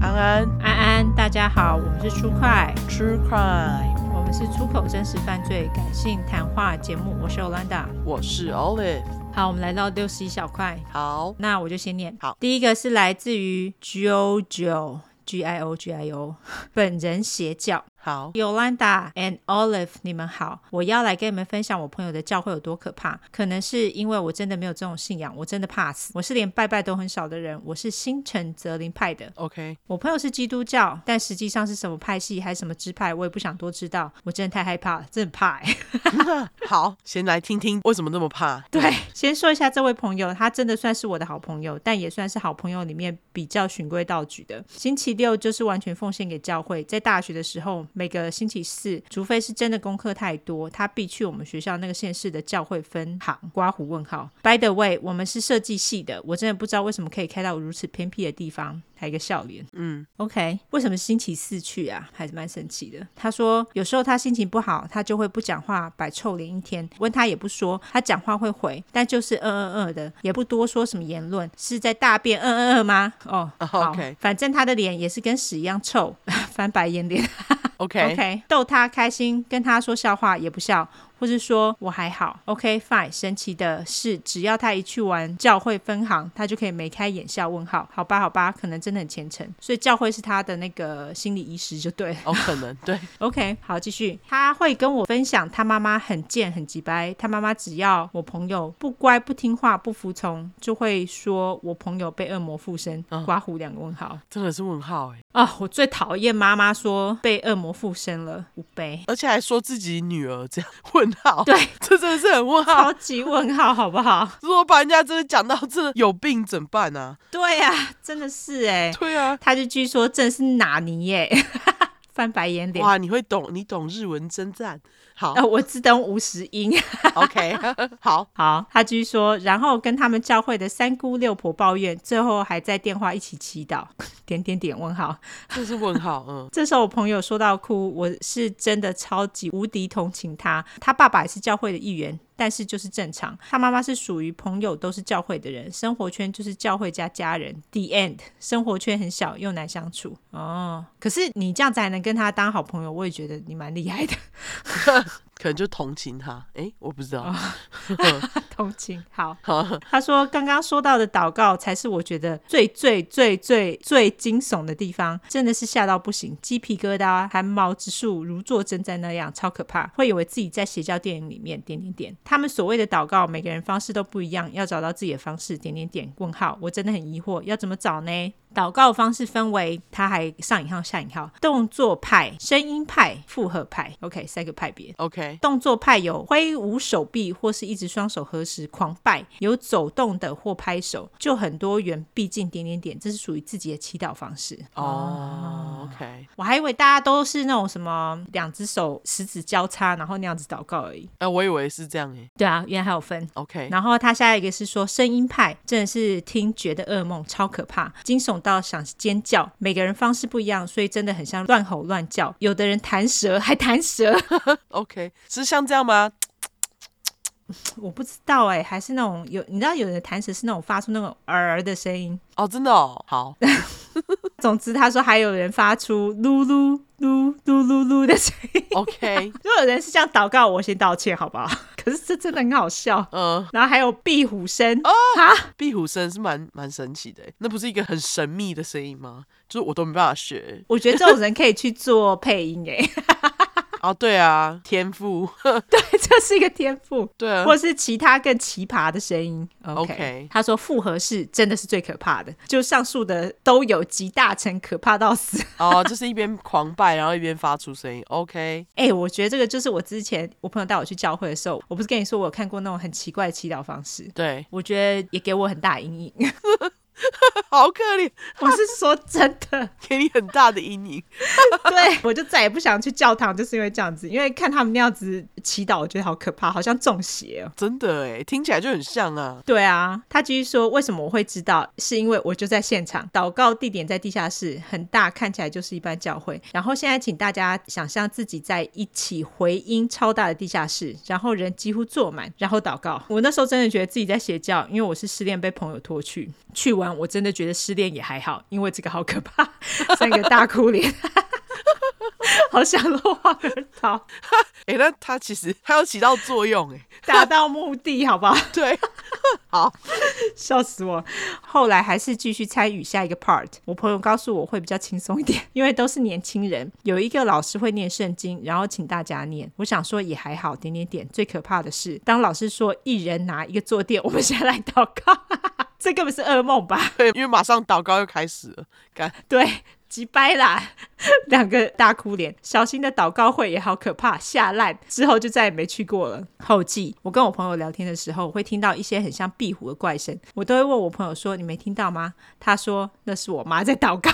安安安，大家好，我们是出快， ，True Crime，我们是出口真实犯罪感性谈话节目，我是 Olanda。我是 Olive。好，我们来到六十一小块，好，那我就先念。好第一个是来自于 Jojo G I O G I O 本人邪教。好， Yolanda and Olive，你们好，我要来跟你们分享我朋友的教会有多可怕。可能是因为我真的没有这种信仰，我真的怕死，我是连拜拜都很少的人，我是心诚则灵派的。 ，OK，我朋友是基督教，但实际上是什么派系还是什么支派，我也不想多知道，我真的太害怕了，真的很怕、欸。 好，先来听听为什么那么怕。对， 先说一下这位朋友，他真的算是我的好朋友，但也算是好朋友里面比较循规蹈矩的。星期六就是完全奉献给教会，在大学的时候，每个星期四，除非是真的功课太多，他必去我们学校那个县市的教会分行。刮胡问号。By the way，我们是设计系的，我真的不知道为什么可以开到如此偏僻的地方，还有一个笑脸。OK，为什么星期四去啊？还是蛮神奇的。他说，有时候他心情不好，他就会不讲话，摆臭脸一天。问他也不说，他讲话会回，但就是嗯嗯嗯的，也不多说什么言论，是在大便嗯嗯嗯吗？哦、好 OK 反正他的脸也是跟屎一样臭， 翻白眼脸。 OK，, OK，逗他开心，跟他说笑话也不笑，或是说我还好。OK fine。神奇的是，只要他一去完教会分行，他就可以眉开眼笑。问号，好吧，好吧，可能真的很虔诚，所以教会是他的那个心理医师就对了。 有可能，对 OK，好，继续。他会跟我分享他妈妈很贱很急掰，他妈妈只要我朋友不乖、不听话、不服从，就会说我朋友被恶魔附身嗯，刮胡两个问号。真的是问号哎，啊、我最讨厌妈妈说被恶魔附身了，五杯。而且还说自己女儿这样问号，对，这真的是很问号。超级问号，好不好？如果把人家真的讲到这有病怎么办啊？对呀、真的是哎、对啊，他就据说真的是哪尼耶、 翻白眼脸。哇，你会懂，你懂日文真赞。 好呃，我只懂五十音。 ，OK，好，好，他继续说，然后跟他们教会的三姑六婆抱怨，最后还在电话一起祈祷。点点点问号。这是问号，嗯，这时候我朋友说到哭，我是真的超级无敌同情他。他爸爸也是教会的一员，但是就是正常。他妈妈是属于朋友都是教会的人，生活圈就是教会加家人。The end，生活圈很小又难相处。哦，可是你这样子还能跟他当好朋友，我也觉得你蛮厉害的，可能就同情他。哎，我不知道， 同情。好，好，他说刚刚说到的祷告才是我觉得最最最最最惊悚的地方，真的是吓到不行，鸡皮疙瘩、汗毛直竖，如坐针毡那样，超可怕，会以为自己在邪教电影里面点点点。他们所谓的祷告，每个人方式都不一样，要找到自己的方式点点点。问号，我真的很疑惑，要怎么找呢？祷告方式分为，他还上引号下引号，动作派、声音派、复合派，OK，三个派别。 OK，动作派有挥舞手臂或是一直双手合十狂拜，有走动的或拍手，就很多元，毕竟点点点，这是属于自己的祈祷方式。哦，OK，我还以为大家都是那种什么两只手十指交叉，然后那样子祷告而已。哎，我以为是这样哎对啊，原来还有分。 ，OK，然后他下一个是说声音派，真的是听觉的噩梦，超可怕，惊悚到想尖叫。每个人方式不一样，所以真的很像乱吼乱叫。有的人弹舌，还弹舌， OK，是像这样吗？我不知道哎、还是那种有你知道有的弹舌是那种发出那种儿儿的声音。哦，真的哦，好，总之，他说还有人发出噜噜噜噜噜噜的声音。 OK，如果有人是这样祷告，我先道歉好不 好？可是这真的很好笑。呃，然后还有壁虎声，壁虎声是蛮蛮神奇的，欸那不是一个很神秘的声音吗？就是我都没办法学我觉得这种人可以去做配音哎、啊，对啊，天赋， 这是一个天赋。对啊，或是其他更奇葩的声音。 OK 他说复合式真的是最可怕的，就上述的都有集大成，可怕到死。哦，就是一边狂拜，然后一边发出声音，OK，哎、我觉得这个就是我之前我朋友带我去教会的时候，我不是跟你说我有看过那种很奇怪的祈祷方式，对， 我觉得也给我很大阴影。 好可怜，我是说真的，给你很大的阴影，对我就再也不想去教堂，就是因为这样子，因为看他们那样子祈祷，我觉得好可怕，好像中邪哦。真的哎，听起来就很像啊，对啊，他继续说，为什么我会知道？是因为我就在现场，祷告地点在地下室，很大，看起来就是一般教会。然后现在请大家想象自己在一起回音超大的地下室，然后人几乎坐满，然后祷告。我那时候真的觉得自己在邪教，因为我是失恋被朋友拖去，去完完，我真的觉得失恋也还好，因为这个好可怕， 三个大哭脸。 好想落荒而逃，哎、那它其实它有起到作用、欸， 达到目的，好不好？哎，对，好， 笑死我！后来还是继续参与下一个 part。我朋友告诉我会比较轻松一点，因为都是年轻人。有一个老师会念圣经，然后请大家念。我想说也还好，点点点。最可怕的是，当老师说一人拿一个坐垫，我们先来祷告， 这根本是噩梦吧？对，因为马上祷告又开始了，干，对。急掰啦！两个大哭脸，小型的祷告会也好可怕，吓烂之后就再也没去过了。后记，我跟我朋友聊天的时候，我会听到一些很像壁虎的怪声，我都会问我朋友说：“你没听到吗？”他说：“那是我妈在祷告。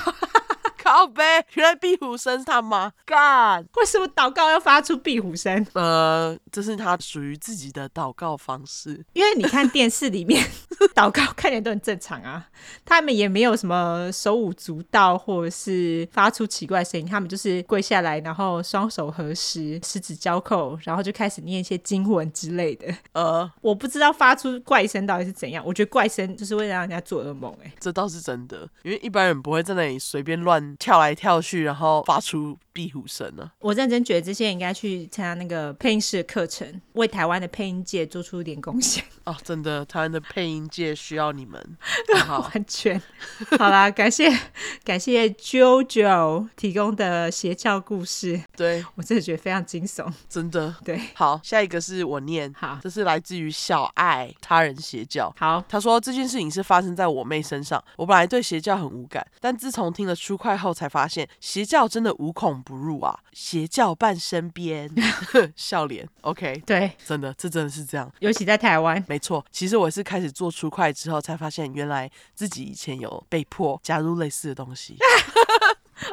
靠呗，原来壁虎生是他妈，干，”为什么祷告要发出壁虎声？呃，这是他属于自己的祷告方式，因为你看电视里面 祷告看起来都很正常啊，他们也没有什么手舞足蹈或者是发出奇怪声音，他们就是跪下来，然后双手合十，十指交扣，然后就开始念一些经文之类的。呃，我不知道发出怪声到底是怎样，我觉得怪声就是会让人家做噩梦、欸。哎，这倒是真的，因为一般人不会在那里随便乱跳来跳去，然后发出壁虎声啊。我认真觉得这些人应该去参加那个配音师的课程，为台湾的配音界做出一点贡献。哦，真的，台湾的配音界需要你们，好不好完全 好啦，感谢 感谢 JoJo 提供的邪教故事，对，我真的觉得非常惊悚。真的。对，好，下一个是我念，啊好这是来自于小爱他人邪教。好，他说这件事情是发生在我妹身上。我本来对邪教很无感，但自从听了出快后，才发现邪教真的无孔不入啊！邪教伴身边， 笑脸。OK，对，真的，这真的是这样。尤其在台湾， 没错，其实我是开始做出快之后，才发现原来自己以前有被迫加入类似的东西。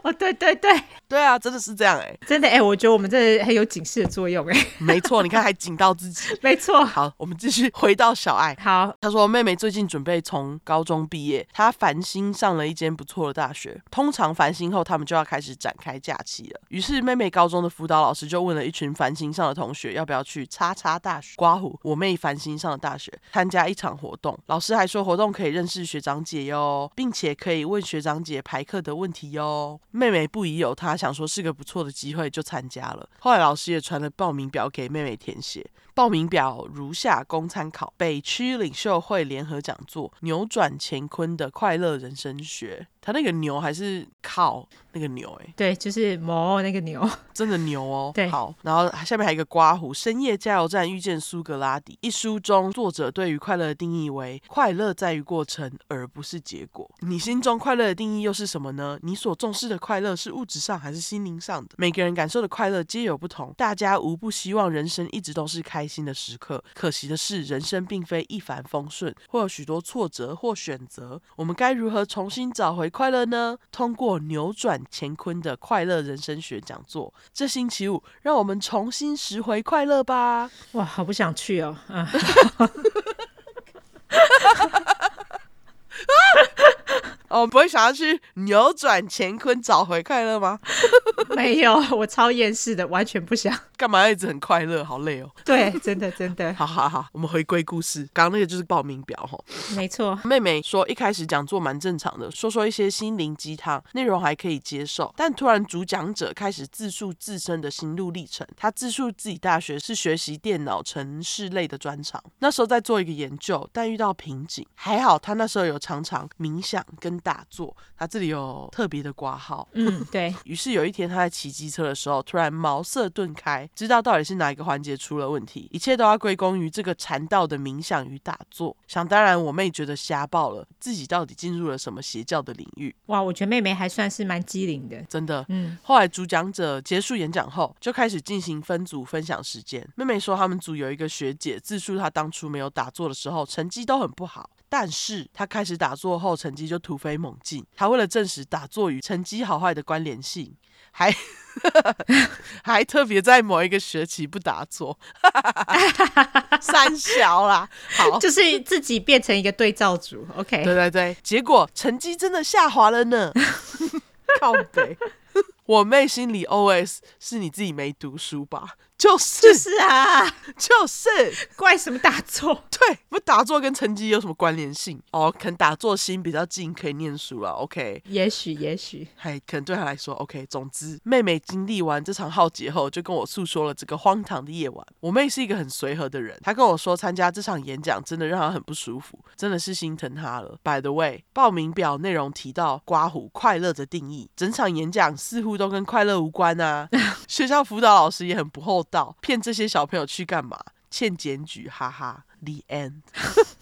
哦，对对对，对啊，真的是这样哎、欸，真的哎、欸我觉得我们这很有警示的作用哎、 欸没错，你看还警到自己。没错。好，我们继续回到小爱。好，他说，妹妹最近准备从高中毕业，她繁星上了一间不错的大学。通常繁星后，他们就要开始展开假期了。于是，妹妹高中的辅导老师就问了一群繁星上的同学，要不要去叉叉大学（刮胡）我妹繁星上的大学参加一场活动。老师还说，活动可以认识学长姐哟，并且可以问学长姐排课的问题哟。妹妹不疑有他，想说是个不错的机会，就参加了。后来老师也传了报名表给妹妹填写。报名表如下，供参考：北区领袖会联合讲座《扭转乾坤的快乐人生学》。他那个牛还是靠那个牛、欸，对，就是某那个牛，真的牛哦。对好，然后下面还有一个刮胡，深夜加油站遇见苏格拉底。一书中，作者对于快乐的定义为：快乐在于过程，而不是结果。你心中快乐的定义又是什么呢？你所重视的快乐是物质上还是心灵上的？每个人感受的快乐皆有不同，大家无不希望人生一直都是开心的时刻。可惜的是，人生并非一帆风顺，会有许多挫折或选择。我们该如何重新找回快乐呢？通过扭转乾坤的快乐人生学讲座，这星期五让我们重新拾回快乐吧。哇，好不想去哦。嗯，哦，不会想要去扭转乾坤找回快乐吗？ 没有，我超厌世的，完全不想。干嘛一直很快乐？好累哦。对，真的真的，好好好，我们回归故事。刚刚那个就是报名表吼。没错。妹妹说，一开始讲座蛮正常的，说说一些心灵鸡汤，内容还可以接受。但突然主讲者开始自述自身的心路历程，他自述自己大学是学习电脑城市类的专长，那时候在做一个研究，但遇到瓶颈。还好他那时候有常常冥想跟打坐，他这里有特别的挂号。嗯，对，于是有一天，他在骑机车的时候，突然茅塞顿开，知道到底是哪一个环节出了问题，一切都要归功于这个禅道的冥想与打坐。想当然，我妹觉得瞎爆了，自己到底进入了什么邪教的领域？哇，我觉得妹妹还算是蛮机灵的。真的。嗯，后来主讲者结束演讲后，就开始进行分组分享时间。妹妹说，他们组有一个学姐自述，她当初没有打坐的时候，成绩都很不好。但是她开始打坐后，成绩就突飞猛进。她为了证实打坐与成绩好坏的关联性，还还 特别在某一个学期不打坐， 三小啦。好，就是自己变成一个对照组。对 OK，对对，结果成绩真的下滑了呢。靠北，我妹心里 OS 是你自己没读书吧？就是 就是啊，就是怪什么打坐？对，不打坐跟成绩有什么关联性？哦，可能打坐心比较近，可以念书了。OK， 也许，也许，还可能对他来说 OK。总之，妹妹经历完这场浩劫后，就跟我诉说了这个荒唐的夜晚。我妹是一个很随和的人，她跟我说参加这场演讲真的让她很不舒服，真的是心疼她了。By the way，报名表内容提到刮胡快乐的定义，整场演讲似乎都跟快乐无关啊。学校辅导老师也很不厚道，骗这些小朋友去干嘛？欠检举，哈哈。The end。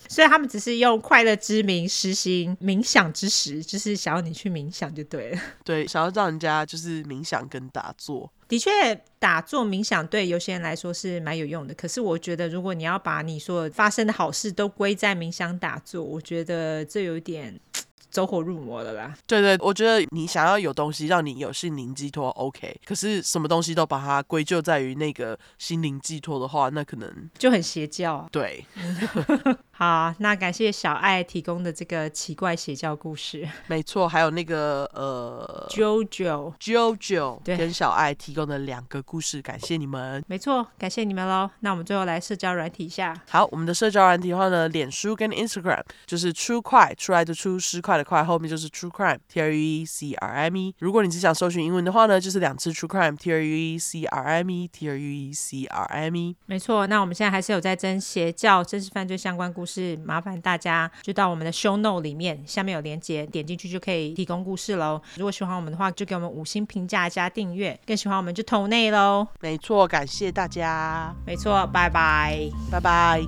所以他们只是用快乐之名实行冥想之时，就是想要你去冥想就对了。 对，想要让人家就是冥想跟打坐。的确，打坐冥想对有些人来说是蛮有用的。可是我觉得，如果你要把你所发生的好事都归在冥想打坐，我觉得这有点走火入魔了啦。对对，我觉得你想要有东西让你有心灵寄托，OK。可是什么东西都把它归咎在于那个心灵寄托的话，那可能就很邪教啊！对。好，那感谢小爱提供的这个奇怪邪教故事。没错，还有那个呃 JoJo， ，JoJo 对跟小爱提供的两个故事，感谢你们。没错，感谢你们喽。那我们最后来社交软体一下。好，我们的社交软体的话呢，脸书跟 Instagram 就是出快出来的出失快的快，后面就是 True Crime T R U E C R I M E。如果你只想搜寻英文的话呢，就是两次 True Crime T R U E C R I M E T R U E C R I M E。没错，那我们现在还是有在征邪教、真实犯罪相关故事，麻烦大家就到我们的 show note 里面，下面有连接，点进去就可以提供故事喽。如果喜欢我们的话，就给我们五星评价加订阅，更喜欢我们就投内喽。没错，感谢大家，没错，拜拜。拜拜。